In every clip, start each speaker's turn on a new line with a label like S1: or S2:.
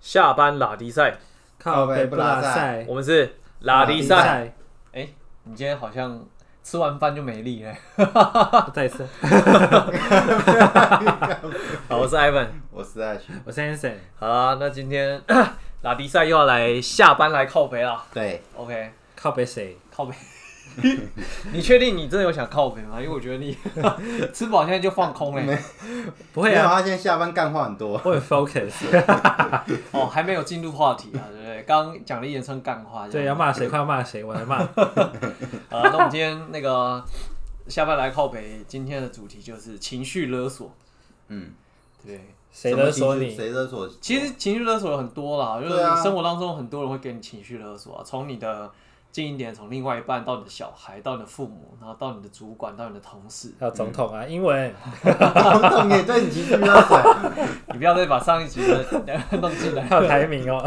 S1: 下班拉迪赛，
S2: 靠北不拉塞，
S1: 我们是拉迪
S2: 拉迪
S1: 赛。
S2: 赛，
S1: 哎你今天好像吃完饭就没力了。
S2: 再一次，
S1: 好，我是 Ivan。
S3: 我是爱群，
S2: 我是 Anson，
S1: 好啦，那今天 拉迪赛又要来下班来靠北啦。
S3: 对，
S1: OK，
S2: 靠北谁？
S1: 靠北。 你确定你真的有想靠北吗？因为我觉得你 吃饱现在就放空嘞、
S2: 不会
S3: 没有
S2: 啊，
S3: 他现在下班干话很多，
S2: 我很 focus，
S1: 哦，还没有进入话题啊，对不对？刚刚讲了一连串干话。
S2: 对，要骂谁快骂谁，我来骂。
S1: 好啦，那我们今天那个下班来靠北，今天的主题就是情绪勒索。
S3: 嗯，
S1: 对，
S2: 谁勒
S3: 什么
S2: 索
S3: 情绪
S2: 你？
S3: 谁勒索？
S1: 其实情绪勒索有很多啦，就是
S3: 对啊
S1: 生活当中很多人会给你情绪勒索、啊，从你的近一点，从另外一半到你的小孩，到你的父母，然后到你的主管，到你的同事。
S2: 还有总统啊，英文
S3: 总统也对你情绪勒 索，
S1: 你不要再把上一集的弄进来。
S2: 还有排名哦。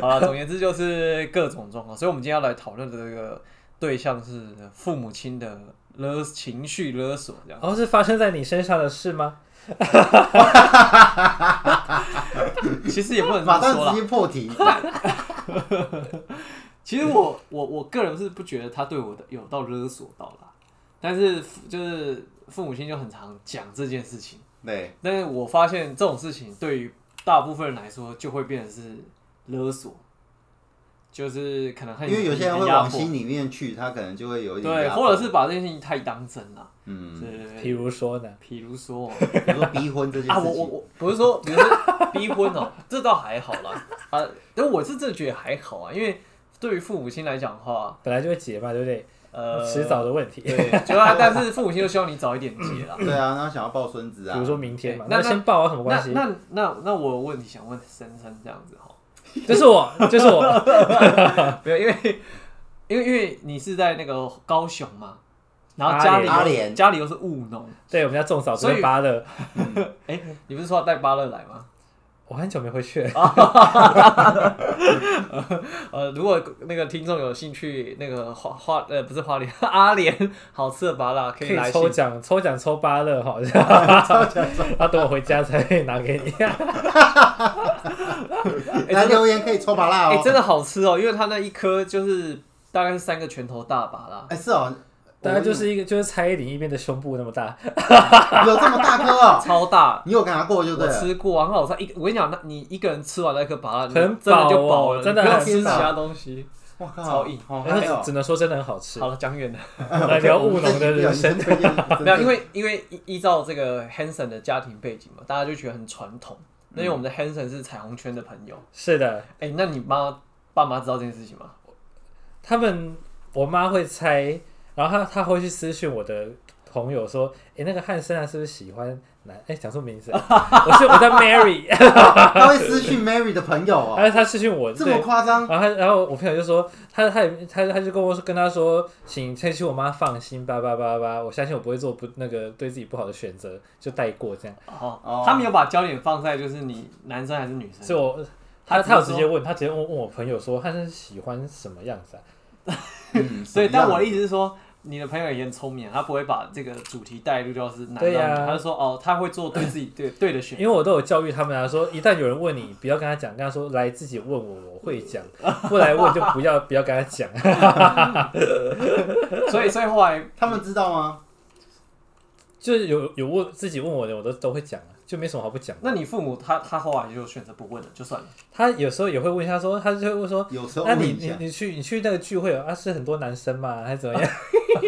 S1: 好了，总而言之就是各种状况，所以我们今天要来讨论的这个对象是父母亲的勒情绪勒索这样。
S2: 哦，是发生在你身上的事吗？
S1: 其实也不能这
S3: 马
S1: 么 说
S3: 上直
S1: 啦。
S3: 接破题，
S1: 其实我我我个人是不觉得他对我的有到勒索到啦，但是就是父母亲就很常讲这件事情。
S3: 对，
S1: 但是我发现这种事情对于大部分人来说，就会变成是勒索，就是可能很
S3: 因为有些人会
S1: 很压
S3: 往
S1: 迫
S3: 心里面去，他可能就会有一点
S1: 对，
S3: 压迫
S1: 或者是把这件事情太当真了。
S3: 嗯，
S1: 对对
S2: 比
S1: 对，
S2: 如说呢？
S1: 比如说
S3: 比如说逼婚这件
S1: 啊，
S3: 事
S1: 我我
S3: 情，
S1: 我不是说，比如说逼婚哦、这倒还好啦啊，但我是真的觉得还好啊，因为对于父母亲来讲的话，
S2: 本来就会结嘛，对不对？
S1: 呃，
S2: 迟早的问题。
S1: 对， 就他，但是父母亲就希望你早一点结啦。
S3: 对啊，然后想要抱孙子
S2: 比
S3: 啊，
S2: 如说明天
S1: 哎，
S2: 嘛
S1: 那
S2: 那先报啊，什么关
S1: 那
S2: 系？
S1: 那那那我有问题想问深深这样子哈，
S2: 就是我，就是我，
S1: 没有，因为 因为因为你是在那个高雄嘛，然后家里
S3: 阿
S1: 又
S3: 联
S1: 家里又是务农，
S2: 对我们家种嫂子
S1: 所以
S2: 会扒的，
S1: 哎、你不是说要带芭乐来吗？
S2: 我很久没回去了。
S1: 呃，如果那个听众有兴趣，那个花花呃不是花莲 阿莲好吃的芭乐可
S2: 可
S1: 以来
S2: 以抽
S1: 信，
S2: 奖，抽奖抽芭乐哈， 要等我回家才可以拿给你。
S3: 来留言可以抽把辣
S1: 哎、
S3: 哦，
S1: 真的好吃哦，因为它那一颗就是大概是三个拳头大芭乐。
S3: 哎是哦，
S2: 大概就是一个就是蔡依林一边的胸部那么大，
S3: 有这么大颗哦，
S1: 超大，
S3: 你有跟他过就对
S1: 我
S3: 了，
S1: 吃过啊，很好吃。一个我跟你讲，那你一个人吃完那颗芭乐，你
S2: 很
S1: 真的就
S2: 饱哦
S1: 饱了，
S2: 真的
S1: 你不要
S2: 很
S1: 吃其
S3: 饱
S1: 他东西。
S3: 我靠，
S1: 超硬哎
S3: 好
S2: 但
S3: 嗨
S2: 是
S3: 哦
S2: 哎只，能说真的很好吃
S1: 好。了，讲远了。
S2: 来聊务农的人生，
S1: 啊没有，因
S3: 为
S1: 为因为依依照这个 Hanson 的家庭背景嘛，大家就觉得很传统。那因为我们的 Hanson 是彩虹圈的朋友，
S2: 是的，
S1: 哎、那你妈爸妈知道这件事情吗？
S2: 他们我妈会猜，然后她她会去私讯我的朋友说，诶，那个汉森啊是不是喜欢男？诶，讲错名字，我是我在 Mary，
S3: 他会失去 Mary 的朋友哦，
S2: 但是她私讯我，
S3: 这么
S2: 对。
S3: 夸张，
S2: 然后他，然后我朋友就说，他他也他他就跟我说，跟他说，请千玺我妈放心，叭叭叭叭，我相信我不会做不那个对自己不好的选择，就带过这样。
S1: 哦，
S3: 哦
S1: 他们有把焦点放在就是你男生还是女
S2: 所
S1: 生？
S2: 以我他
S1: 他
S2: 他有
S1: 只是
S2: 直接问，他直接问问我朋友说，他是喜欢什么样子啊？
S3: 嗯
S1: 所以，但我的
S3: 一
S1: 意思是说，你的朋友也很聪明啊，他不会把这个主题带入到是男的
S2: 对
S1: 女的，
S2: 呀
S1: 他就说哦，他会做对自己 对对的选
S2: 因为我都有教育他们啊，说一旦有人问你，不要跟他讲，跟他说来自己问我，我会讲，不来问就不要不要跟他讲。啊
S1: 择，所以所以后来
S3: 他们知道吗？
S2: 就是有有问自己问我的，我都都会讲啊，就没什么好不讲。
S1: 那你父母他他后来就选择不问了，就算了。
S2: 他有时候也会问一下说，他就会问说，
S3: 有时候
S2: 那
S3: 问
S2: 你
S3: 一
S2: 你
S3: 下，
S2: 你去你去那个聚会啊，是很多男生嘛，还是怎么样？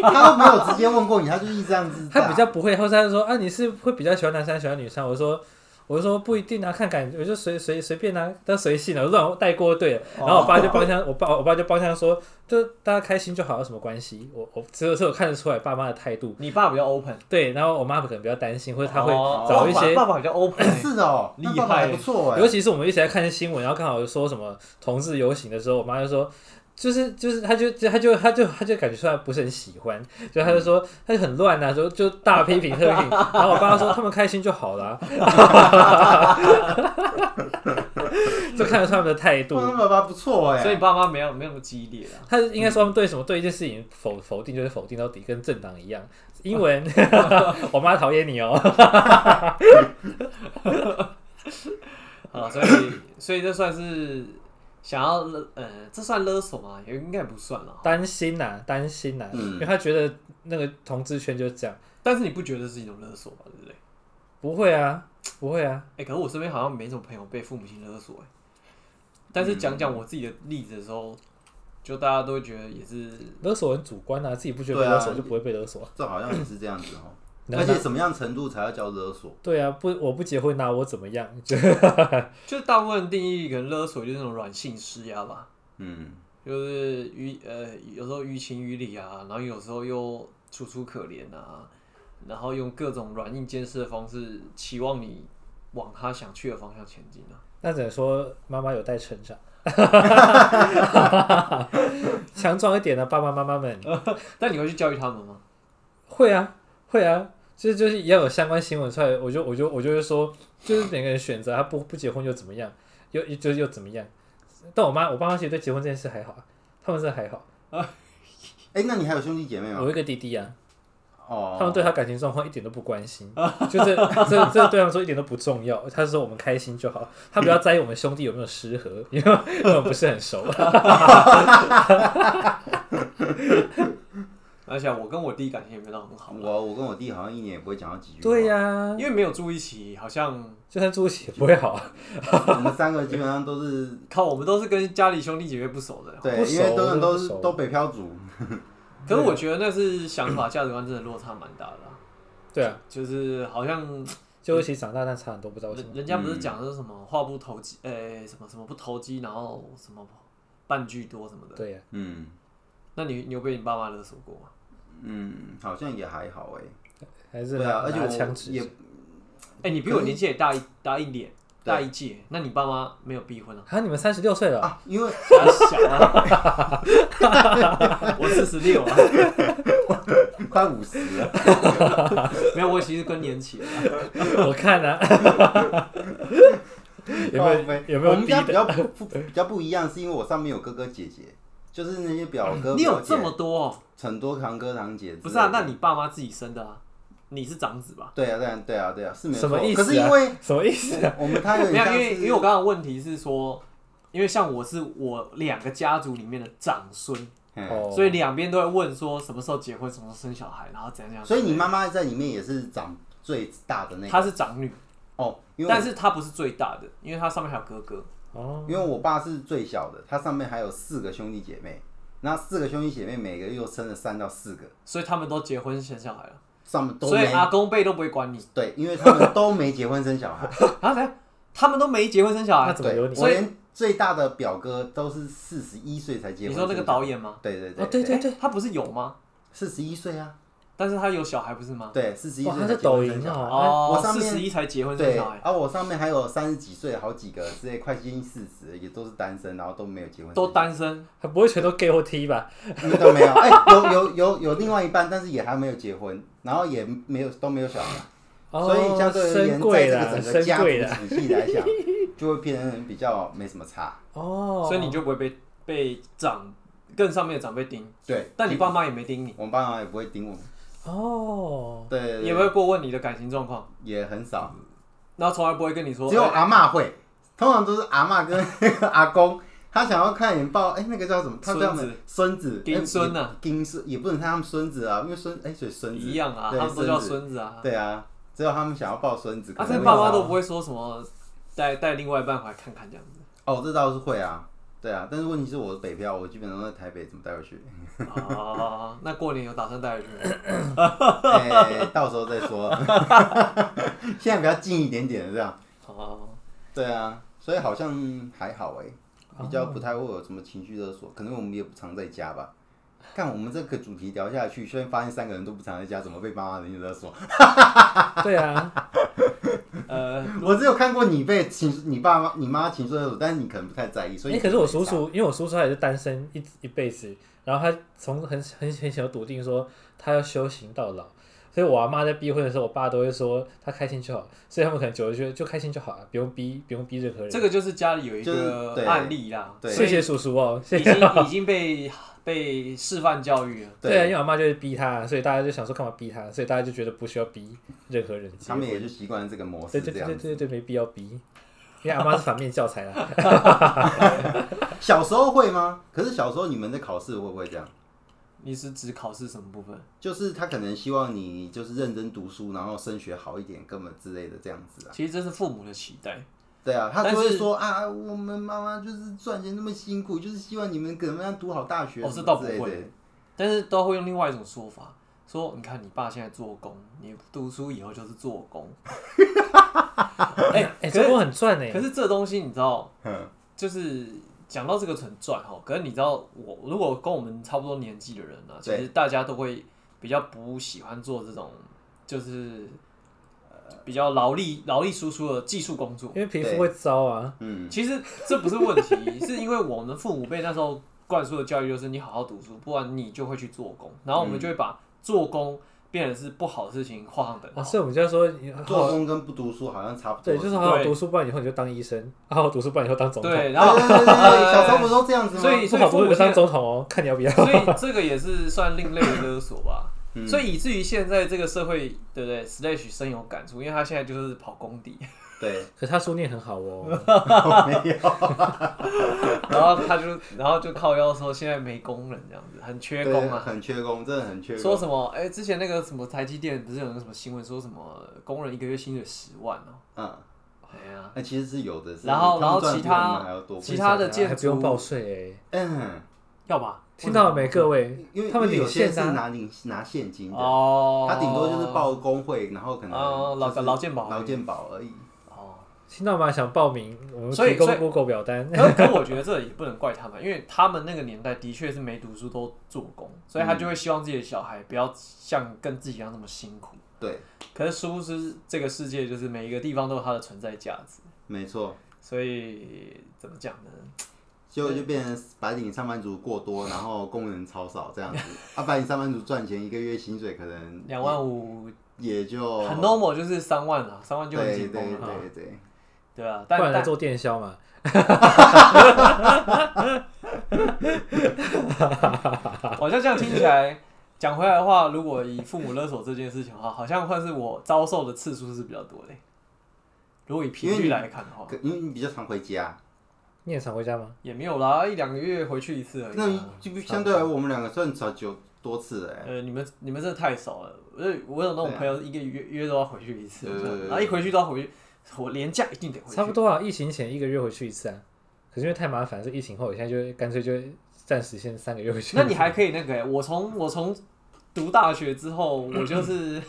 S3: 他都没有直接问过你，他就一直这样子打。
S4: 啊
S2: 他比较不会，或者他就说啊，你是会比较喜欢男生还是喜欢女生？我就说。我就说不一定啊，看感觉，我就随随随便啊，都随性的、我乱带过对了。然后我爸就帮腔，我爸我爸就帮腔说，就大家开心就好，有什么关系？我我只有是我看得出来爸妈的态度，
S1: 你爸比较 open，
S2: 对。然后我妈可能比较担心，或者她会
S1: 哦
S2: 找一些，
S1: 爸爸爸爸比较 open，欸、
S3: 是哦，
S1: 厉害
S3: 那爸爸还不错
S4: 啊
S3: 哎
S2: 尤。其是我们一起在看新闻，然后刚好说什么同志游行的时候，我妈就说。就是就是，她就就她就她就她就感觉出来不是很喜欢，就她就说她就很乱呐、啊，就就大批评特批评，然后我爸说他们开心就好啦、 就看得出他们的态度。
S3: 哇那爸爸不错哎，
S1: 所以你爸妈没有没有那么激烈啦。
S2: 他应该说他们对什么对一件事情否否定就是否定到底，跟政党一样。英文， 我妈讨厌你哦。
S1: 啊，所以所以这算是想要勒呃，这算勒索吗？也应该不算了。
S2: 担心呐、啊担心呐、
S4: 嗯
S2: 因为他觉得那个同志圈就这样，
S1: 但是你不觉得是一种勒索吧？对不对？
S2: 不会啊，不会啊，
S1: 哎、可是我身边好像没什么朋友被父母亲勒索、欸，但是讲讲我自己的例子的时候，就大家都会觉得也是
S2: 勒索很主观啊，自己不觉得被
S3: 对啊
S2: 勒索就不会被勒索啊。
S4: 这好像也是这样子哦。
S2: 那
S4: 而且什么样程度才要叫勒索？
S2: 对啊，不，我不结婚那我怎么样？ 就
S1: 就大部分定义可能勒索就是那种软性施压吧，
S4: 嗯，
S1: 就是于呃有时候于情于理啊，然后有时候又楚楚可怜啊，然后用各种软硬兼施的方式期望你往他想去的方向前进啊。
S2: 那只能说妈妈有待成长， 强壮一点的、爸爸妈妈们
S1: 但你会去教育他们吗？
S2: 会啊，会啊，这就是也有相关新闻出来，我就我就我就会说，就是每个人选择，他啊不不结婚又怎么样，又又就又怎么样。但我妈我爸妈其实对结婚这件事还好啊，他们真的还好。
S4: 哎、那你还有兄弟姐妹
S2: 我有一个弟弟啊，
S4: 哦，
S2: 他们对他感情状况一点都不关心，就是这这对他们说一点都不重要。他说我们开心就好，他比较在意我们兄弟有没有失和， 因为因为我们不是很熟。
S1: 而且我跟我弟感情也没到很好，啊
S4: 我我跟我弟好像一年也不会讲到几句话。
S2: 对呀、
S1: 因为没有住一起，好像
S2: 就算住一起也不会 好啊。
S4: 我们三个基本上 都是
S1: 靠我们都是跟家里兄弟姐妹不熟的。
S4: 对
S2: 不，熟
S4: 因为都
S2: 真的
S4: 是都
S2: 不熟
S4: 是都北漂族。
S1: 可是我觉得那是想法价值观真的落差蛮大的啊、
S2: 对啊，
S1: 就是好像
S2: 就一起长大，但差很多，不知道为什么
S1: 人。人家不是讲说什么话不投机，呃、什么什么不投机，然后什么半句多什么的。
S2: 对呀、
S4: 嗯
S1: 那你你有被你爸妈勒索过吗？
S4: 嗯，好像也还好哎、
S2: 还是
S4: 对
S2: 拿
S4: 啊，而且
S2: 拿枪
S4: 我
S2: 指着
S4: 也
S1: 哎、你比我年纪也大一大一年，大一届，那你爸妈没有逼婚啊？
S2: 啊！你们三十六岁了，
S4: 啊，因为
S1: 瞎想啊！我四十六啊，
S4: 快五十了，
S1: 没有，我其实更年期了。
S2: 我看啊， 有没
S4: 靠
S2: 有
S4: 背
S2: 有没有
S4: 哦我们
S2: 低
S4: 家比
S2: 的？
S4: 较不不比较不一样，是因为我上面有哥哥姐姐，就是那些表哥。
S1: 嗯你有
S4: 表姐
S1: 这么多、哦？
S4: 很多堂哥堂姐之类的？
S1: 不是啊，那你爸妈自己生的啊？你是长子吧？
S4: 对啊对啊对啊对啊，是没
S2: 什
S4: 错。
S2: 么意思、啊？
S4: 可是 因为
S2: 什么意思、啊？
S4: 我们他有
S1: 没有，因
S4: 点像
S1: 为
S4: 是
S1: 因为我刚刚的问题是说，因为像我是我两个家族里面的长孙，
S4: 嗯
S2: 哦，
S1: 所以两边都会问说什么时候结婚，什么时候生小孩，然后怎样怎样。
S4: 所以你妈妈在里面也是长最大的那个。
S1: 她是长女，
S4: 哦，因为
S1: 但是她不是最大的，因为她上面还有哥哥。
S2: 哦，
S4: 因为我爸是最小的，他上面还有四个兄弟姐妹，那四个兄弟姐妹每个又生了三到四个，
S1: 所以他们都结婚生小孩了，
S4: 上面都
S1: 所以
S4: 没
S1: 阿公辈都不会管你
S4: 对，因为他们都没结婚生小孩，
S1: 啊？等一下他们都没结婚生小
S2: 那
S1: 孩。
S2: 怎么
S4: 啊对，
S2: 有你？
S4: 我连最大的表哥都是四十一岁才结
S1: 你
S4: 婚。
S1: 说那个导？演吗？哎
S4: 对对
S2: 哦，对
S4: 对
S2: 对对，
S1: 他不是有吗？
S4: 四十一岁啊，
S1: 但是他有小孩不是吗？
S4: 对，四十一岁
S2: 哦哇，他
S4: 才
S2: 是
S4: 结婚
S2: 抖
S4: 生
S2: 音
S4: 小孩。
S2: 哦，
S1: 哦
S4: 哎我，上
S1: 四
S4: 面
S1: 十一才结婚生
S4: 对，
S1: 小孩，
S4: 啊，我上面还有三十几岁，好几个之类，快接近四十，也都是单身，然后都没有结婚，
S1: 都单身，
S2: 他不会全都 gay 或 T 吧？
S4: 嗯都没有，哎、有有有有另外一半，但是也还没有结婚，然后也没有都没有小孩，
S2: 哦，
S4: 所以相对而言，
S2: 深贵
S4: 在这
S2: 啦，
S4: 个整个
S2: 深
S4: 家
S2: 贵啦。
S4: 族体系来讲，就会变成比较没什么差。
S2: 哦，
S1: 所以你就不会被被长更上面的长辈盯，
S4: 对，
S1: 但你爸妈也没盯你，
S4: 我爸妈也不会盯我，
S2: 哦，
S4: 对对
S1: 也不会过问你的感情状况，
S4: 也很少，
S1: 然后从来不会跟你说，
S4: 只有
S1: 哎
S4: 阿嬷会，通常都是阿嬷跟 阿公。他想要看引爆，哎、那个叫什么？他
S1: 孙
S4: 叫
S1: 子
S4: 什么孙子，
S1: 丁孙啊
S4: 啊，丁孙也不能看他们孙子啊，因为孙，哎、所以孙子
S1: 一样啊，
S4: 对
S1: 他们都叫
S4: 孙子
S1: 孙子啊。
S4: 对啊，只有他们想要抱孙子，可
S1: 啊，
S4: 能
S1: 这
S4: 会
S1: 爸妈都不会说什么带带另外一半回来看看这样子。
S4: 哦，这倒是会啊，对啊，但是问题是我是北漂，我基本上在台北，怎么带 回去？
S1: 哦，那过年有打算带回去吗？
S4: 哎、到时候再说， 现在比较近一点点，这样，
S1: 哦，
S4: 对啊，所以好像还好哎、
S2: 哦
S4: 比较不太会有什么情绪勒索，可能我们也不常在家吧。看我们这个主题聊下去，虽然发现三个人都不常在家，怎么被妈妈的勒 索？
S2: 对啊，
S1: 呃，
S4: 我只有看过你被情，你爸妈、你妈情绪勒索，但是你可能不太在意， 所以、
S2: 哎，可是我叔，叔，因为我叔叔他也是单身一一辈子，然后他从很很很小笃定说他要修行到老，所以我阿妈在逼婚的时候，我爸都会说他开心就好，所以他们可能久了就就开心就好了，不用逼不用逼任何人。
S1: 这个就是家里有一
S4: 就是
S1: 个
S4: 对
S1: 案例啦，
S4: 对
S1: 所
S2: 谢
S1: 以
S2: 谢叔叔哦，谢
S1: 已
S2: 谢。
S1: 经已经被被示范教育了。
S4: 对
S2: 对啊，因为我妈就会逼他，啊所以大家就想说干嘛逼他，所以大家就觉得不需要逼任何人结
S4: 他
S2: 婚。
S4: 们也就习惯这个模
S2: 对
S4: 式
S2: 对
S4: 这
S2: 对
S4: 样
S2: 对对
S4: 子。
S2: 对，没必要逼。因为阿妈是反面教材啦。
S4: 小时候会吗？可是小时候你们在考试会不会这样？
S1: 你是指考试什么部分？
S4: 就是他可能希望你就是认真读书，然后升学好一点，根本之类的这样子啊。
S1: 其实这是父母的期待，
S4: 对啊，他
S1: 但
S4: 就会
S1: 是
S4: 说啊，我们妈妈就是赚钱那么辛苦，就是希望你们怎么样读好大学
S1: 哦
S4: 什
S1: 这
S4: 么
S1: 倒不
S4: 之类的
S1: 会但是都会用另外一种说法，说你看你爸现在做工，你读书以后就是做工。哎、
S2: 哎，
S1: 可
S2: 这
S1: 是
S2: 波很赚哎
S1: 可，是这东西你知道，
S4: 嗯
S1: 就是讲到这个很赚哈，可是你知道我如果跟我们差不多年纪的人呢、啊，其
S4: 对
S1: 实大家都会比较不喜欢做这种就是呃比较劳力劳力输出的技术工作
S2: 因。为皮肤会糟啊。
S4: 嗯，
S1: 其实这不是问题，是因为我们父母辈那时候灌输的教育就是你好好读书，不然你就会去做工，然后我们就会把做工变成是不好的事情画上等
S4: 哦
S1: 号。
S2: 啊所以我们就要说，你好
S4: 做
S2: 好
S4: 工跟不读书好像差不多。
S2: 对，就是好好
S1: 对
S2: 读书，不然以后你就当医生；好好读书，不然以后当总统。
S1: 对，
S4: 对
S1: 然 后
S4: 对对对对，
S1: 呃
S4: 小时候不都这样子吗？
S1: 所以
S2: 不
S1: 所
S2: 好
S1: 以父
S2: 读书
S1: 母
S2: 就
S1: 现
S2: 当
S1: 在，
S2: 总统哦，看你要不要。
S1: 所以这个也是算另类的勒索吧。
S4: 嗯
S1: 所以以至于现在这个社会，对不对？Slash 深有感触，因为他现在就是跑工地，
S4: 对，
S2: 可是他书念很好哦，
S4: 没有
S1: 然后他就然后就靠腰说现在没工人这样子，很缺工
S4: 对
S1: 啊。
S4: 很缺工，真的很缺工。
S1: 说什么？哎、之前那个什么台积电不是有那个什么新闻，说什么工人一个月薪水十万哦、
S4: 嗯，
S1: 哎呀、
S4: 那其实是有的是，
S1: 然后
S4: 他们
S1: 然后其
S4: 赚比我
S1: 他
S4: 们还要多。
S1: 其他的建筑
S2: 啊还不用报税哎，
S4: 嗯，
S1: 要吧？
S2: 听到了没，各位？
S4: 因为
S2: 他们
S4: 因为
S2: 领
S4: 有些
S2: 现
S4: 是
S2: 啊，
S4: 拿领拿现金的，
S1: 哦，
S4: 他顶多就是报工会，然后可能
S1: 哦劳
S4: 就是
S1: 劳健保
S4: 劳健保而已。
S1: 哦。
S2: 听到吗？想报名，我们
S1: 所以
S2: 提供
S1: 所以
S2: Google 表单。
S1: 可可我觉得这也不能怪他们，因为他们那个年代的确是没读书都做工，所以
S4: 嗯
S1: 他就会希望自己的小孩不要像跟自己一样那么辛苦。
S4: 对，
S1: 可是殊不知，这个世界就是每一个地方都有它的存在价值，
S4: 没错，
S1: 所以怎么讲呢？
S4: 结果就变成白领上班族过多，然后工人超少这样子。 啊，白领上班族赚钱一个月薪水可能
S1: 两万五
S4: 也就
S1: 很 normal 就是三万了，三万就很啊
S4: 对对
S1: 紧绷
S4: 哦对
S1: 了，
S4: 对对，
S1: 对啊，
S2: 不
S1: 但
S2: 然来
S1: 但
S2: 做电销嘛，
S1: 好像这样听起来，讲回来的话，如果以父母勒索这件事情的话，好像算是我遭受的次数是比较多的。如果以频率来看的话，
S4: 可因为你比较常回家，
S2: 你也常回家吗？
S1: 也没有啦，一两个月回去一次而已
S4: 那
S1: 啊、
S4: 就相对来说我们两个算少九多次了欸。
S1: 呃，你们你们真的太少了。我有我有那种
S4: 对啊
S1: 朋友，一个月约都要回去一次，
S4: 对对对对
S1: 然后一回去都要回去，我连假一定得回去。
S2: 差不多啊，疫情前一个月回去一次啊。可是因为太麻烦，所以疫情后，我现在就干脆就暂时先三个月回去。
S1: 那你还可以那个、欸，我从我从读大学之后，我 就是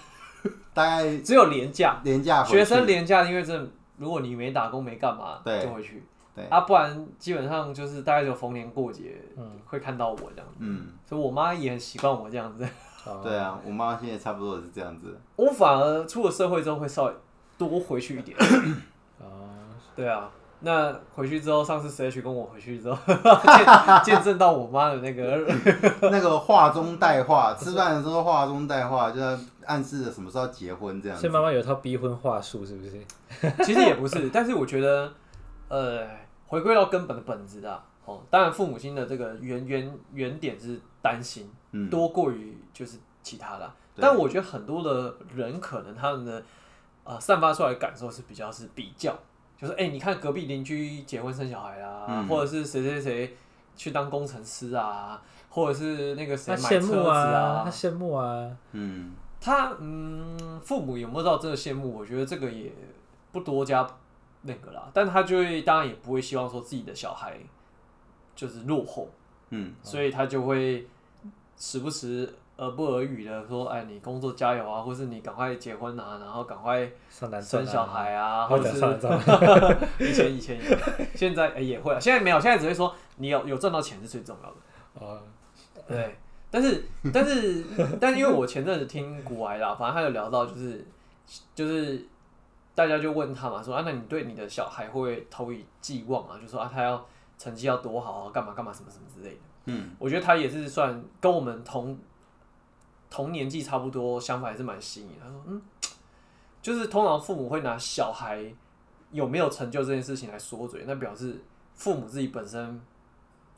S4: 大概
S1: 只有连假，
S4: 廉价
S1: 嗯学生廉价，因为这如果你没打工没干嘛，
S4: 对
S1: 就回去。
S4: 对
S1: 啊，不然基本上就是大概只有逢年过节、会看到我这样，
S4: 嗯，
S1: 所以我妈也很习惯我这样子。
S2: 哦
S4: 对啊，我妈现在差不多也是这样子。
S1: 我反而出了社会之后会稍微多回去一 点。
S2: 哦，
S1: 对啊，那回去之后，上次 CH 跟我回去之后， 见见证到我妈的那 个，
S4: 那个话中带话，吃饭的时候话中带话，就在暗示着什么时候要结婚这样
S2: 所
S4: 子
S2: 以。妈妈有一套逼婚话术，是不是？
S1: 其实也不是，但是我觉得，呃，回归到根本的本质啊。哦，当然父母亲的这个原原原点是担心。
S4: 嗯，
S1: 多过于就是其他的啊。
S4: 对
S1: 但我觉得很多的人可能他们的呃散发出来的感受是比较是比较，就是哎、诶你看隔壁邻居结婚生小孩啦、
S4: 嗯
S1: 或者是谁谁谁去当工程师啊，或者是那个谁
S2: 他
S1: 买车
S2: 羡
S1: 子
S2: 慕啊，他
S1: 啊
S2: 羡慕啊。
S4: 嗯，
S1: 他嗯，父母有没有到真的羡慕？我觉得这个也不多加那个啦，但他就会当然也不会希望说自己的小孩就是落后。
S4: 嗯，
S1: 所以他就会时不时耳不耳语的说：“哎，你工作加油啊，或是你赶快结婚啊，然后赶快
S2: 上男
S1: 生小孩啊，
S2: 或
S1: 或
S2: 者
S1: 者
S2: 上
S1: 是
S2: 男
S1: 以前以前也现在、哎也会啊，现在没有，现在只会说你有有赚到钱是最重要的。”
S2: 哦，
S1: 对，但是但是但因为我前阵子听古埃啦，反正他有聊到就是就是大家就问他嘛，说啊，那你对你的小孩会不会投以寄望啊？就说啊，他要成绩要多好啊，干嘛干嘛什么什么之类的。
S4: 嗯，
S1: 我觉得他也是算跟我们同同年纪差不多，想法还是蛮新颖的。他说，嗯，就是通常父母会拿小孩有没有成就这件事情来说嘴，那表示父母自己本身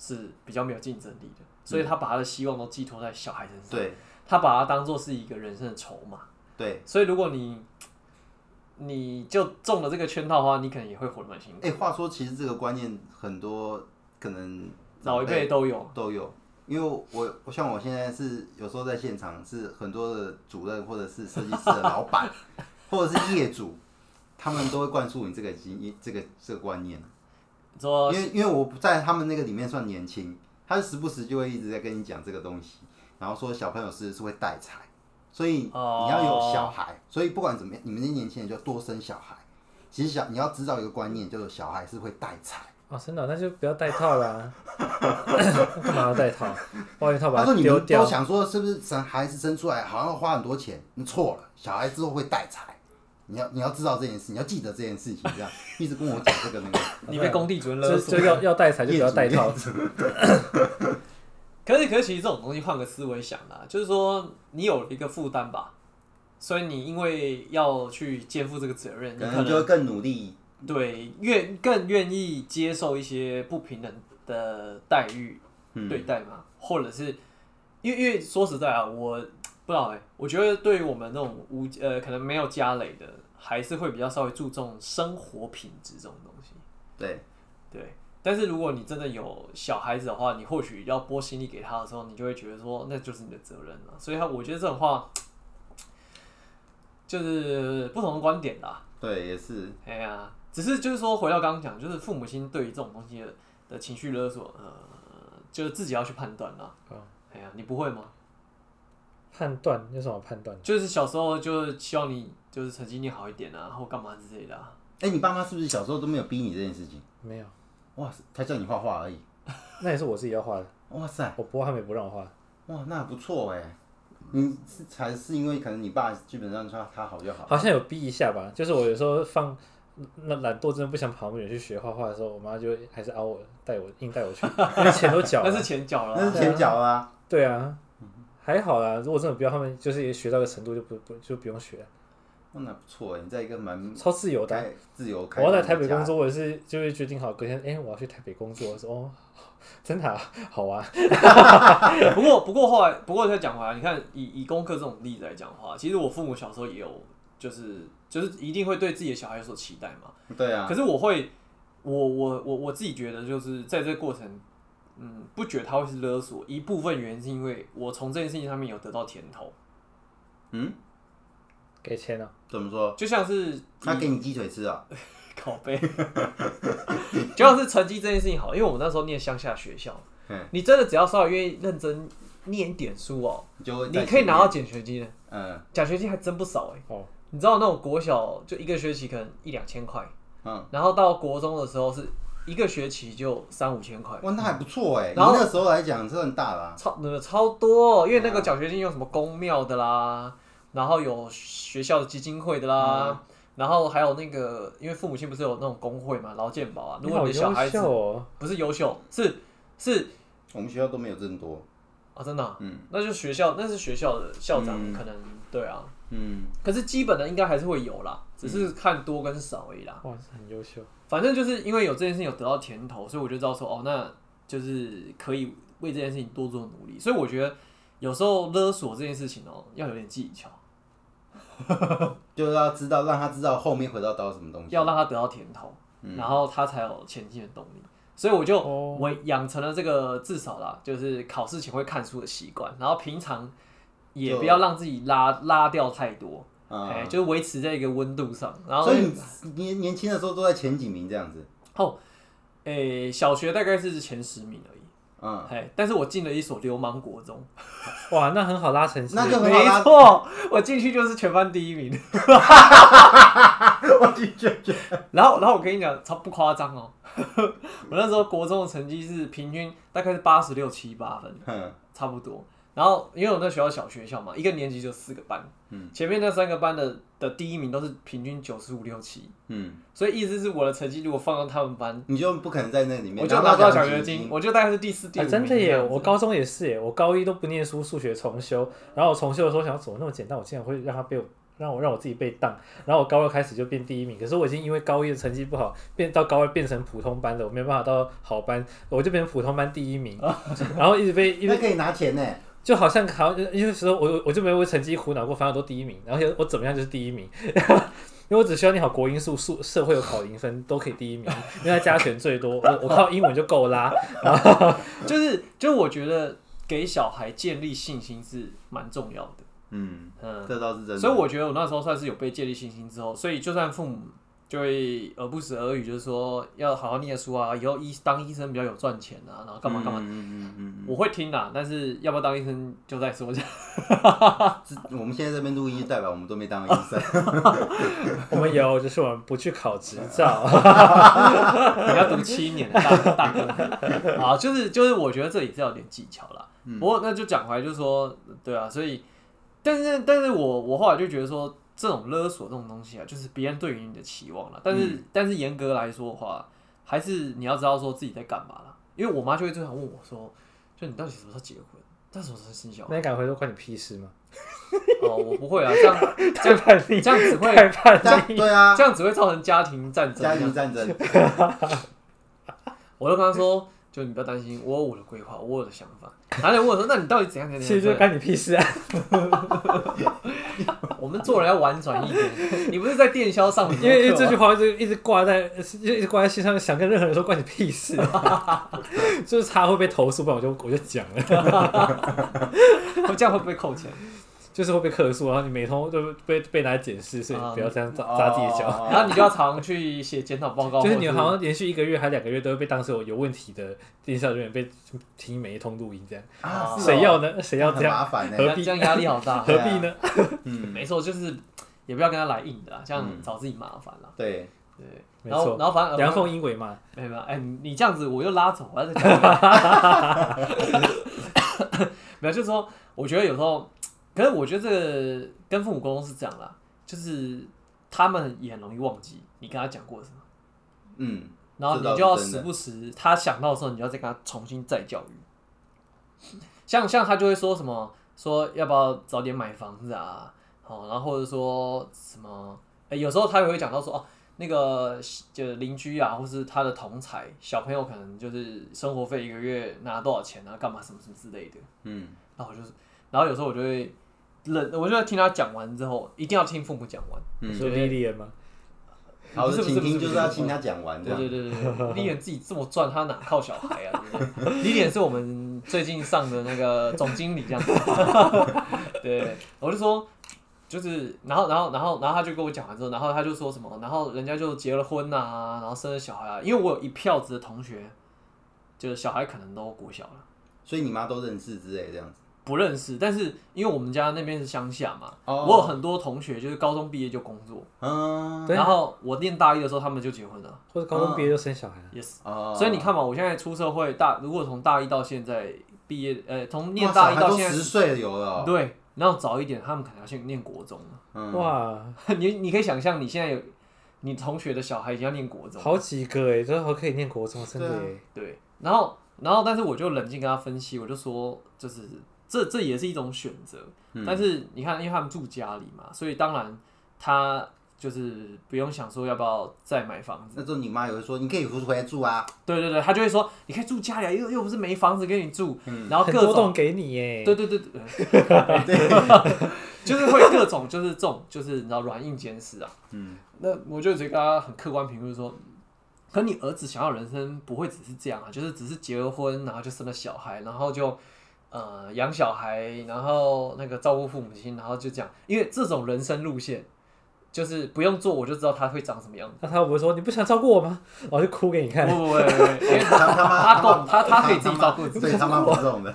S1: 是比较没有竞争力的，
S4: 嗯
S1: 所以他把他的希望都寄托在小孩身上，
S4: 对
S1: 他把他当做是一个人生的筹码。
S4: 对，
S1: 所以如果你你就中了这个圈套的话，你可能也会活得蛮辛苦。
S4: 哎、话说其实这个观念很多可能
S1: 老一
S4: 哎
S1: 辈都有，
S4: 都有，因为我我像我现在是有时候在现场是很多的主任或者是设计师的老板， 或者是业主，他们都会灌输你这个经这个这个观念，
S1: 说
S4: 因为因为我不在他们那个里面算年轻，他时不时就会一直在跟你讲这个东西，然后说小朋友是是会带财，所以你
S1: 哦
S4: 要有小孩，所以不管怎么样，你们这些年轻人就多生小孩。其实小你要知道一个观念，就是小孩是会带财。
S2: 哦，真的哦、那就不要戴套啦、 干嘛要戴套？保险套把它
S4: 他说你
S2: 丢
S4: 们
S2: 掉
S4: 都。想说是不是生孩子生出来好像要花很多钱？你错了，小孩之后会带财。你要你要知道这件事，你要记得这件事情，这样一直跟我讲这个那个。
S1: 你被工地主任
S2: 就
S1: 勒
S2: 就
S1: 索。
S2: 要要带才就不要带套，
S1: 可是，可是，其实这种东西换个思维想啦，就是说你有了一个负担吧，所以你因为要去肩负这个责任，你
S4: 可
S1: 可
S4: 能
S1: 能
S4: 就会更努力。
S1: 对愿更愿意接受一些不平等的待遇对
S4: 嗯，
S1: 待嘛，或者是因为因为说实在啊，我不知道哎、我觉得对于我们这种无呃可能没有家累的，还是会比较稍微注重生活品质这种东西。
S4: 对，
S1: 对，但是如果你真的有小孩子的话，你或许要拨心力给他的时候，你就会觉得说那就是你的责任了。所以，他我觉得这种话就是不同的观点啦。
S4: 对，也是。
S1: 哎呀，只是就是说回到刚刚讲，就是父母亲对于这种东西的的情绪勒索，呃，就是自己要去判断啦。
S2: 嗯
S1: 哎呀，你不会吗？
S2: 判断有什么判断？
S1: 就是小时候就是希望你就是成绩念好一点啊，或干嘛之类的、啊。
S4: 哎、你爸妈是不是小时候都没有逼你这件事情？
S2: 没有，
S4: 哇，他叫你画画而已。
S2: 那也是我自己要画的，
S4: 哇塞，
S2: 我不画他们也不让我画。
S4: 哇，那还不错哎。你是才是因为可能你爸基本上他他好就好。
S2: 好像有逼一下吧，就是我有时候放那懒惰，真的不想跑那么远去学画画的时候，我妈就还是熬我带我硬带我去，因为钱都缴
S1: 但
S2: 了。
S1: 是前脚了
S4: 那
S1: 啊，
S4: 是前脚啊，
S2: 对啊，还好啦，如果真的不要，他们就是也学到个程度就不不就不用学了，
S4: 哇那不错哎，你在一个蛮
S2: 超自由的啊。
S4: 开自由开
S2: 我要
S4: 放的
S2: 在
S4: 家。
S2: 台北工作，我也是就会决定好隔天，哎、我要去台北工作，我说哦， 真的、啊、好啊，
S1: 不过不过后来，不过再讲回来，你看以以功课这种例子来讲的话，其实我父母小时候也有，就是就是一定会对自己的小孩有所期待嘛。
S4: 对啊，
S1: 可是我会，我我我我自己觉得就是在这个过程，嗯，不觉得他会是勒索，一部分原因是因为我从这件事情上面有得到甜头，
S4: 嗯，
S2: 给钱啊，
S4: 怎么说？
S1: 就像是以
S4: 他给你鸡腿吃
S1: 呃
S4: 啊？
S1: 拷贝，就像是成绩这件事情好，因为我们那时候念乡下学校
S4: 嗯，
S1: 你真的只要稍微愿意认真念一点书哦，
S4: 你就会
S1: 你
S4: 在
S1: 可以
S4: 前
S1: 拿
S4: 面
S1: 到奖学金的，
S4: 嗯
S1: 奖学金还真不少哎、
S2: 哦，
S1: 你知道那种国小就一个学期可能一两千块，
S4: 嗯，
S1: 然后到国中的时候是一个学期就三五千块，
S4: 哇，那还不错哎。你
S1: 然后
S4: 那时候来讲是很大啦，
S1: 超那个超多哦，因为那个奖学金有什么公庙的啦，然后有学校的基金会的啦，然后还有那个，因为父母亲不是有那种工会嘛，劳健保啊，如果
S2: 好
S1: 你的小
S2: 优
S1: 孩子
S2: 秀哦，
S1: 不是优秀，是是
S4: 我们学校都没有这么多。
S1: 啊，真的啊、
S4: 嗯
S1: 那就学校那是学校的校长
S4: 嗯
S1: 可能、对啊，
S4: 嗯，
S1: 可是基本的应该还是会有啦，只是看多跟少而已啦。
S2: 哇，很优秀，
S1: 反正就是因为有这件事情有得到甜头，所以我就知道说，哦，那就是可以为这件事情多做努力。所以我觉得有时候勒索这件事情哦，要有点技巧，
S4: 就是要知道，让他知道后面回到到什么东西。
S1: 要让他得到甜头，
S4: 嗯
S1: 然后他才有前进的动力。所以我就
S2: 哦
S1: 我养成了这个至少啦，就是考试前会看书的习惯，然后平常也
S4: 就
S1: 不要让自己拉拉掉太多，哎、
S4: 啊，
S1: 就是维持在一个温度上。然后哎
S4: 所以你年年轻的时候都在前几名这样子。
S1: 诶、哎小学大概是前十名而已，
S4: 嗯，
S1: 哎、但是我进了一所流氓国中。
S2: 哇，那很好拉成绩，
S4: 那就很好
S1: 没
S4: 啦。
S1: 错，我进去就是全班第一 名。
S4: 我拒绝。
S1: 然后，然后我跟你讲，超不夸张哦， 我那时候国中的成绩是平均大概是八十六七八分，
S4: 嗯
S1: 差不多。然后，因为我那学校小学校嘛，一个年级就四个班，
S4: 嗯
S1: 前面那三个班的的第一名都是平均九十五六七，
S4: 嗯，
S1: 所以意思是我的成绩如果放到他们班，
S4: 你就不可能在那里面。
S1: 我就拿不到奖学
S4: 学
S1: 金，。我就大概是第四、第五
S2: 哎，
S1: 名、
S2: 真的耶！我高中也是耶，我高一都不念书，数学重修，然后我重修的时候想，怎么那么简单，我竟然会让他被我让我让我自己被当，然后我高二开始就变第一名，可是我已经因为高一的成绩不好，变到高二变成普通 班的，我没有办法到好班，我就变成普通班第一名，然后一直被一
S4: 那
S2: 直
S4: 可以拿钱呢。
S2: 就好像好像有时候我我就没有为成绩苦恼过，反正我都第一名，然后我怎么样就是第一名， 因为我只需要你好国英数数社会有考零分都可以第一名，因为它加权最多，我我靠英文就够啦。
S1: 就是就我觉得给小孩建立信心是蛮重要的，
S4: 嗯，
S1: 嗯，
S4: 这倒是真的。
S1: 所以我觉得我那时候算是有被建立信心之后，所以就算父母就会呃不时而语，就是说要好好念书啊，以后医当医生比较有赚钱啊，然后干嘛干嘛，
S4: 嗯嗯嗯嗯
S1: 我会听啦，但是要不要当医生就再说。
S4: 嗯自我们现在这边录音，代表我们都没当医 生。
S2: 我们有，就是我们不去考执 照，
S1: 你要读七年大大哥 啊，就是就是，我觉得这里是有点技巧啦。不过那就讲回来，就是说，对啊，所以，但是但是我我后来就觉得说，这种勒索这种东西啊，就是别人对于你的期望了。但是、但是严格来说的话，还是你要知道说自己在干嘛啦。因为我妈就会经常问我说，就你到底什么时候结婚？到底什么时候生小 孩？
S2: 那你敢回说关你屁事吗？
S1: 哦，我不会啊，这样
S2: 太叛逆，
S1: 这样只会
S2: 太叛
S4: 这样
S2: 逆。
S4: 对啊，
S1: 这样只会造成家庭战争。啊
S4: 家庭 战争，
S1: 我就跟他说，就你不要担心，我有我的规划，我有我的想法。然后问我说，那你到底怎样怎样怎
S2: 其
S1: 样？
S2: 实就是关你屁事 啊！
S1: 我们做人要婉转一点，你不是在电销上面，
S2: 因为因为这句话就一直挂在，就一直挂在心上，想跟任何人说关你屁 事、就是他会被投诉，不然我就我就讲了，
S1: 这样会不会扣 钱？
S2: 就是会被客诉，然后你每通都被被拿来检视，所以你不要这样
S4: 哦
S2: 砸砸自己脚。
S1: 然后你就要常去写检讨报告，
S2: 就是你
S1: 或
S2: 好像连续一个月还两个月都会被当时有有问题的电销人员被听每一通录音，这样
S4: 啊，是哦
S2: 谁要呢？谁要这
S4: 很
S2: 样？
S4: 麻烦呢？欸
S2: 何
S1: 这
S2: 必
S1: 样压力好大。
S2: 何必呢？
S4: 嗯，
S1: 没错，就是也不要跟他来硬的啦，这样
S4: 嗯
S1: 找自己麻烦了。
S4: 对，
S1: 对，
S2: 没
S1: 然后
S2: 错
S1: 然后反正
S2: 阳奉阴违嘛，
S1: 没有没有，哎，你你这样子我又拉走，我还在讲。 没有，就是说，我觉得有时候，可是我觉得这个跟父母沟通是这样啦，就是他们也很容易忘记你跟他讲过什么，
S4: 嗯，
S1: 然后你
S4: 这倒
S1: 就是要
S4: 真的
S1: 时不时他想到的时候，你就要再跟他重新再教育。像像他就会说什么，说要不要早点买房子啊？哦，然后或者说什么，哎，有时候他也会讲到说哦，那个就邻居啊，或是他的同才小朋友，可能就是生活费一个月拿多少钱啊，干嘛什么什么之类的。
S4: 嗯，
S1: 然后我就是，然后有时候我就会忍，我就会听他讲完之后，一定要听父母讲完。
S4: 嗯
S2: 你说 Lilian 吗？
S4: 好
S1: 不是
S4: 的，
S1: 不是
S4: 请听
S1: 不是
S4: 就是要听他讲完这
S1: 对
S4: 样。
S1: 对对对对，李脸自己这么赚，他哪靠小孩啊？ 对不对？李脸是我们最近上的那个总经理这样子。 对，我就说，就是，然后，然后，然后，然后他就跟我讲完之后，然后他就说什么，然后人家就结了婚啊，然后生了小孩啊，因为我有一票子的同学，就是小孩可能都国小了，
S4: 所以你妈都认识之类这样子。
S1: 不认识，但是因为我们家那边是乡下嘛，
S4: 哦
S1: 我有很多同学就是高中毕业就工作，
S4: 嗯，
S2: 对
S1: 然后我念大一的时候他们就结婚了
S2: 或者高中毕业就生小孩了？
S1: ，yes。
S4: 哦，
S1: 所以你看嘛，我现在出社会大，如果从大一到现在毕业，呃，从念
S4: 哇
S1: 大一
S4: 小孩
S1: 到
S4: 都
S1: 现
S4: 十
S1: 在，
S4: 岁了有了哦，
S1: 对，然后早一点，他们可能要去念国中了。
S4: 嗯，
S2: 哇，
S1: 你你可以想象，你现在有你同学的小孩已经要念国中，
S2: 好几个哎，都好可以念国中，真的哎。
S1: 嗯对，然后然后，但是我就冷静跟他分析，我就说，就是这这也是一种选择，
S4: 嗯
S1: 但是你看，因为他们住家里嘛，所以当然他就是不用想说要不要再买房子，
S4: 那时候你妈也会说，你可以回回来住啊，
S1: 对对对，他就会说，你可以住家里啊，又又不是没房子给你住，
S4: 嗯
S1: 然后
S2: 很
S1: 各
S2: 多
S1: 种
S2: 栋给你耶，
S1: 啊对对对对，就是会各种就是这种就是你知道软硬兼施啊。
S4: 嗯，
S1: 那我就直接跟他很客观评论说，可你儿子想要的人生不会只是这样啊，就是只是结了婚，然后就生了小孩，然后就呃养小孩，然后那个照顾父母亲，然后就这样，因为这种人生路线。就是不用做，我就知道他会长什么样 子。
S2: 那他会不会说你不想照顾我吗？ 我就哭给你
S1: 不
S2: 看。
S1: 不不，不因为
S4: 他他妈
S1: 他够他他可以自己照顾自己。
S4: 对他妈不是这种的，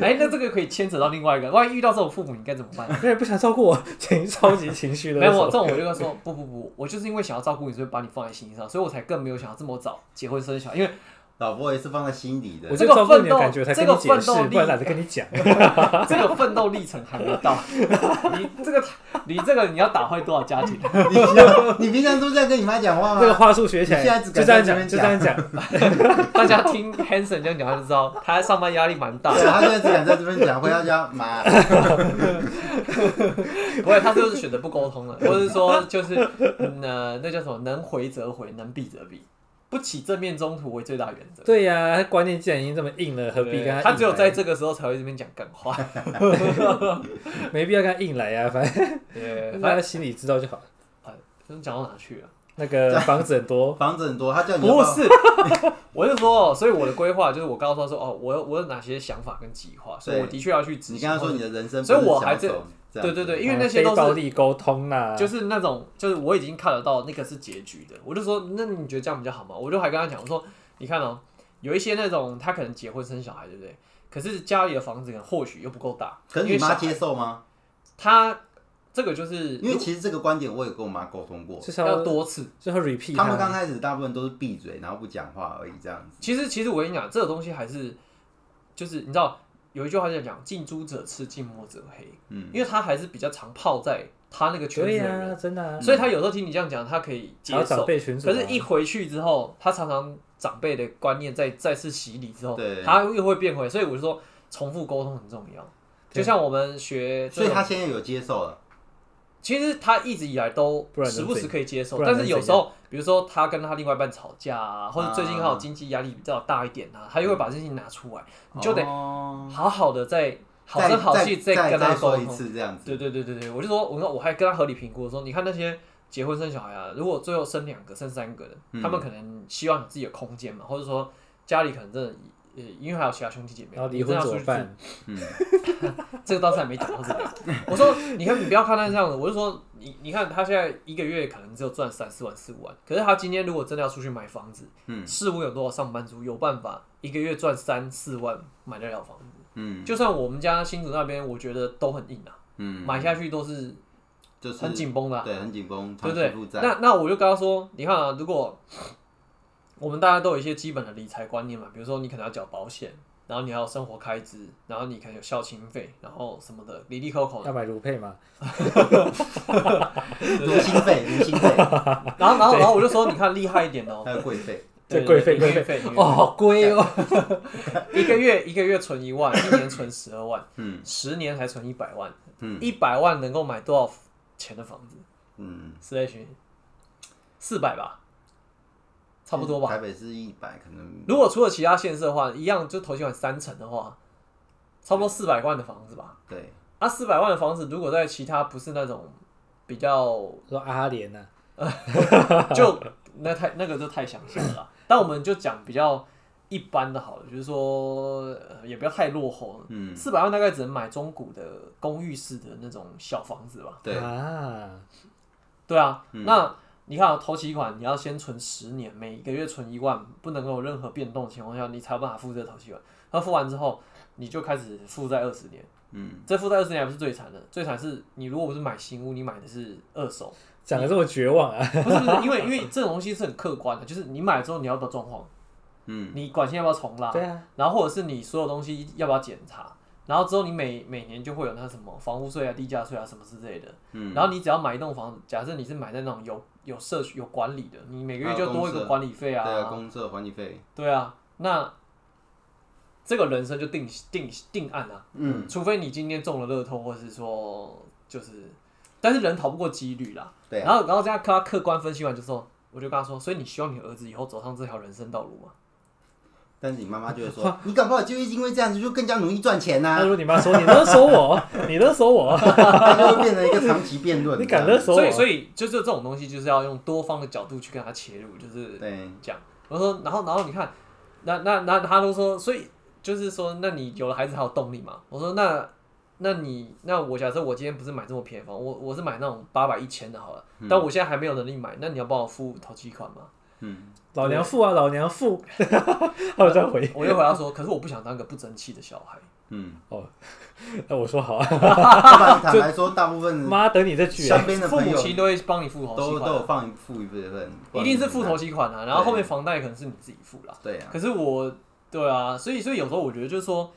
S1: 哎，那这个可以牵扯到另外一个，万一遇到这种父母，你该怎么办？
S2: 那你不想照顾我， 情超级情绪 的。
S1: 没有， 我这种我就跟他说，不不不，我就是因为想要照顾你，所以把你放在心上，所以我才更没有想要这么早结婚生小孩，因为
S4: 老婆也是放在心里的
S2: 我，就照顾你的感觉才跟你解释，不然懒得跟你讲。
S1: 啊 这个奋斗历程还没到。你这个，你这个你要打坏多少家庭？
S4: 你平你平常 都在跟你妈讲话吗？
S2: 这个话术学起
S4: 你现
S2: 来，
S4: 在只
S2: 就
S4: 敢
S2: 这样
S4: 在这
S2: 讲，就
S4: 边
S2: 这样讲。
S1: 大家听 Hanson 这样讲，他就知道他上班压力蛮大
S4: 对啊
S1: 的。
S4: 他现在只敢在这边讲，回到家妈，
S1: 不会，他就是选择不沟通了，或者是说就是嗯呃，那叫什么？能回则回，能避则避。不起正面冲突为最大原则。
S2: 对呀、他观念既然已经这么硬了，何必跟
S1: 对
S2: 他
S1: 他
S2: 硬
S1: 只有
S2: 来啊
S1: 在这个时候才会这边讲干话。
S2: 没必要跟他硬来啊，反正
S1: 对，
S2: 大
S1: 反
S2: 家心里知道就好了。
S1: 正讲到哪去了？
S2: 那
S1: 啊
S2: 个房子很多，
S4: 房子很多，他叫你要
S1: 不
S4: 要
S1: 是， 我是说，所以我的规划就是我告诉他说，哦，我有我有哪些想法跟计划，所以
S4: 对
S1: 我的确要去执行。
S4: 你跟他说你的人生不
S1: 所以
S4: 是想
S1: 我
S4: 要走，
S1: 还在
S4: 这样
S1: 对
S4: 子
S1: 对 对，因
S2: 啊
S1: 为那些都
S2: 非暴
S1: 是
S2: 力沟通啊啦，
S1: 就是是那种，就是我已经看得到那个是结局的，我就说，那你觉得这样比较好吗？我就还跟他讲，我说，你看哦，有一些那种他可能结婚生小孩，对不对？可是家里的房子可能或许又不够大，
S4: 可是
S1: 因为
S4: 你妈
S1: 小
S4: 接受吗？
S1: 他这个就是
S4: 因为其实这个观点我也跟我妈沟通过，
S2: 就是
S1: 要
S2: 要
S1: 多次。
S2: 就是要 repeat 啊
S4: 他们
S2: 它
S4: 刚开始大部分都是闭嘴，然后不讲话而已，这样子。
S1: 其实其实我跟你讲，这个东西还是就是你知道有一句话在讲“近朱者赤，近墨者黑”，
S4: 嗯，
S1: 因为他还是比较常泡在他那个圈
S2: 对
S1: 子的
S2: 呀、
S1: 人，
S2: 真的、啊，
S1: 所以他有时候听你这样讲，他可以接
S2: 还有长
S1: 受。
S2: 辈群组、啊，
S1: 可是，一回去之后，他常常长辈的观念再再次洗礼之后
S4: 对，
S1: 他又会变回。所以我就说，重复沟通很重要。就像我们学这
S4: 所以
S1: 种，
S4: 他现在有接受了，
S1: 其实他一直以来都
S2: 不然能
S1: 时不时可以接受，
S2: 不然
S1: 但
S2: 能
S1: 是有时候，比如说他跟他另外一半吵架啊，或者最近刚好
S4: 啊
S1: 经济压力比较大一点啊，他又会把这件事情拿出来，你就得
S4: 哦
S1: 好好的再好
S4: 再
S1: 声好气
S4: 再
S1: 跟他
S4: 再
S1: 沟
S4: 说一
S1: 通。
S4: 次这样子。
S1: 对对对对对，我就说，我说我还跟他合理评估说，你看那些结婚生小孩啊，如果最后生两个、生三个的，
S4: 嗯
S1: 他们可能希望有自己的空间嘛，或者说家里可能真的，呃，因为还有其他兄弟姐妹，
S2: 然后离婚
S1: 你真的要
S2: 怎
S1: 出
S2: 么
S1: 去
S2: 办？
S4: 嗯，
S1: 住？这个倒是还没讲到这个。 我说，你看你不要看他这样子，我就说你你看他现在一个月可能只有赚三四万、四五万，可是他今天如果真的要出去买房子，
S4: 嗯
S1: 试问有多少上班族有办法一个月赚三四万买得了房子？
S4: 嗯
S1: 就算我们家新竹那边，我觉得都很硬啊，
S4: 嗯，
S1: 买下去都是
S4: 就是
S1: 很紧绷的啊、
S4: 对，很紧绷，
S1: 对不
S4: 长期
S1: 对
S4: 负？债。
S1: 那那我就跟他说，你看啊，如果我们大家都有一些基本的理财观念嘛，比如说你可能要缴保险，然后你还有生活开支，然后你可能有孝亲费，然后什么的，里里扣 扣的，
S2: 要买如配嘛？
S4: 如心费，如心费，
S1: 然后然后然后我就说，你看厉害一点哦，
S4: 还有贵费，
S2: 对，
S1: 对
S2: 贵 妃
S1: 对
S2: 贵
S1: 费
S2: 妃，哦，，好贵哦，
S1: 一个月一个月存一万，一年存十二万，
S4: 嗯
S1: 十年才存一百万，
S4: 嗯
S1: 一百万能够买多少钱的房子？
S4: 嗯，
S1: 四 H 四百吧，差不多吧。
S4: 台北是一百，可能
S1: 如果除了其他县市的话，一样就投期款三成的话，差不多四百万的房子吧。
S4: 对，
S1: 啊，四百万的房子，如果在其他不是那种比较，
S2: 说阿莲呐，
S1: 就那太那个就太详细了啦。但我们就讲比较一般的好了，就是说、呃也不要太落后了。
S4: 嗯
S1: 四百万大概只能买中古的公寓式的那种小房子吧。
S4: 对，
S2: 啊，
S1: 对啊，
S4: 嗯
S1: 那你看、啊、投期款，你要先存十年，每个月存一万，不能够有任何变动的情况下，你才有办法付这个投期款。那付完之后，你就开始负债二十年。
S4: 嗯，
S1: 这负债二十年还不是最惨的，最惨是你如果不是买新屋，你买的是二手，
S2: 讲的这么绝望啊，
S1: 不是不 是，因为因为这种东西是很客观的，就是你买了之后你要不要装潢，
S4: 嗯
S1: 你管线要不要重拉，
S2: 对啊，
S1: 然后或者是你所有东西要不要检查，然后之后你每每年就会有那什么房屋税啊、地价税啊什么之类的，
S4: 嗯，
S1: 然后你只要买一栋房子，假设你是买在那种有有社区有管理的，你每个月就多一个管理费
S4: 对
S1: 啊，
S4: 啊，公社还你费，
S1: 对啊，那这个人生就定定定案啊，
S4: 嗯，
S1: 除非你今天中了乐透，或是说就是，但是人逃不过几率啦。
S4: 对啊
S1: 然后然后这样跟他客观分析完就说，我就跟他说，所以你希望你儿子以后走上这条人生道路吗？
S4: 但是你妈妈就会说，你搞不好就因为这样子就更加努力赚钱
S2: 那
S4: 呐
S2: 如，果你妈说你勒索我，你勒索我，
S4: 她就会变成一个长期辩论。
S2: 你敢勒
S4: 这样子
S2: 索我
S1: 所以所以就是这种东西，就是要用多方的角度去跟他切入，就是
S4: 对，
S1: 讲。我说，然后然后你看，那那那他都说，所以就是说，那你有了孩子还有动力嘛？我说那。那你那我假设我今天不是买这么便宜的房，我我是买那种八百一千的好了，但我现在还没有能力买，那你要帮我付头期款吗？
S4: 嗯，
S2: 老娘富啊，老娘 富，还有这样回，
S1: 我就回答说， 可是我不想当个不争气的小孩。
S4: 嗯，
S2: 那我说好啊，
S4: 要不然坦白说，大部分
S2: 妈等你这句啊，
S4: 身边的
S1: 父
S4: 朋
S1: 母
S4: 友
S1: 亲都会帮你付头期
S4: 都
S1: 款
S4: 都有
S1: 啊，
S4: 放一付一部分，
S1: 一定是付头期款啊。然后
S4: 对
S1: 后面房贷可能是你自己付啦。
S4: 对啊，
S1: 可是我，对啊，所以所以有时候我觉得就是说，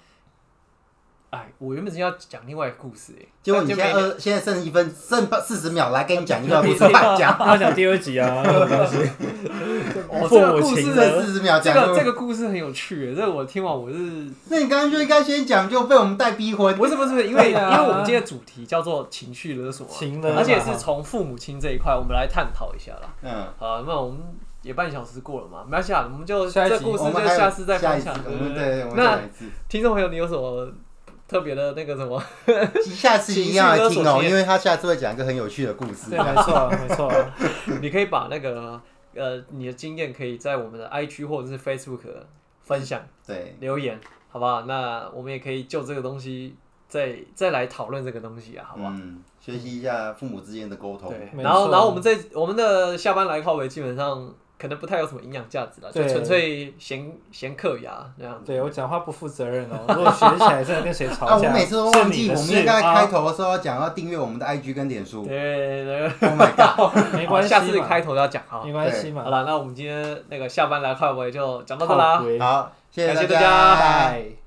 S1: 哎，我原本是要讲另外一个故事哎、欸，
S4: 结果你现
S1: 但
S4: 在
S1: 就没
S4: 二，现在剩一分，剩四十秒来跟你 讲一个故事，快讲！
S2: 他讲第二集啊，
S1: 哦，
S2: 父
S1: 这个
S2: 母
S1: 故
S2: 亲
S1: 事
S2: 呢
S4: 剩四十秒
S1: 这
S4: 讲
S1: 个这个故事很有趣欸，这个我听完我是
S4: 那你刚刚就应该先讲，就被我们带逼婚。
S1: 不是不是因为、
S2: 对啊
S1: 因为我们今天的主题叫做情绪勒索、啊，
S2: 情勒嘛
S1: 而且是从父母亲这一块我们来探讨一下啦。
S4: 嗯，
S1: 好，那我们也半小时过了嘛，没关系啊，我们就
S2: 下一集
S1: 这故事
S4: 我
S1: 就
S4: 们还有
S1: 次再
S4: 下
S1: 分
S4: 一集，
S1: 享。
S4: 我
S1: 对
S4: 们
S1: 不
S4: 对，我们
S1: 那
S4: 再来一次。
S1: 听众朋友，你有什么特别的那个什么？
S4: 下次一定要来
S1: 情绪
S4: 听
S1: 勒索啊
S4: 哦，
S1: 系列
S4: 因为他下次会讲一个很有趣的故事
S2: 对，。没错，没错，
S1: 你可以把那个呃你的经验，可以在我们的 IG 或者是 Facebook 分享
S4: 对，
S1: 留言，好不好？那我们也可以就这个东西再再来讨论这个东西啊，好不好？
S4: 嗯，学习一下父母之间的沟通。啊
S1: 对，
S2: 没
S1: 然后
S2: 错
S1: 然后我们这我们的下班来靠北基本上可能不太有什么营养价值了，就
S2: 对
S1: 纯粹闲闲嗑牙这样。
S2: 对我讲话不负责任哦，如果学起来真的跟谁吵
S4: 啊，
S2: 架，
S4: 我每次都忘记，我
S2: 是
S4: 们
S2: 你的
S4: 应
S2: 事
S4: 该开
S2: 啊，
S4: 头的时候要讲要订阅我们的 IG 跟脸书。
S1: 对对
S4: Oh my god！
S1: 对，
S2: 没关系
S1: 下
S2: 嘛，
S1: 次开头要讲哈。
S2: 没关系嘛
S1: 好，了，那我们今天那个下班来靠北就讲到这啦，
S2: 好
S4: 好，谢谢
S1: 感谢
S4: 大
S1: 大家
S4: 拜。
S2: 拜。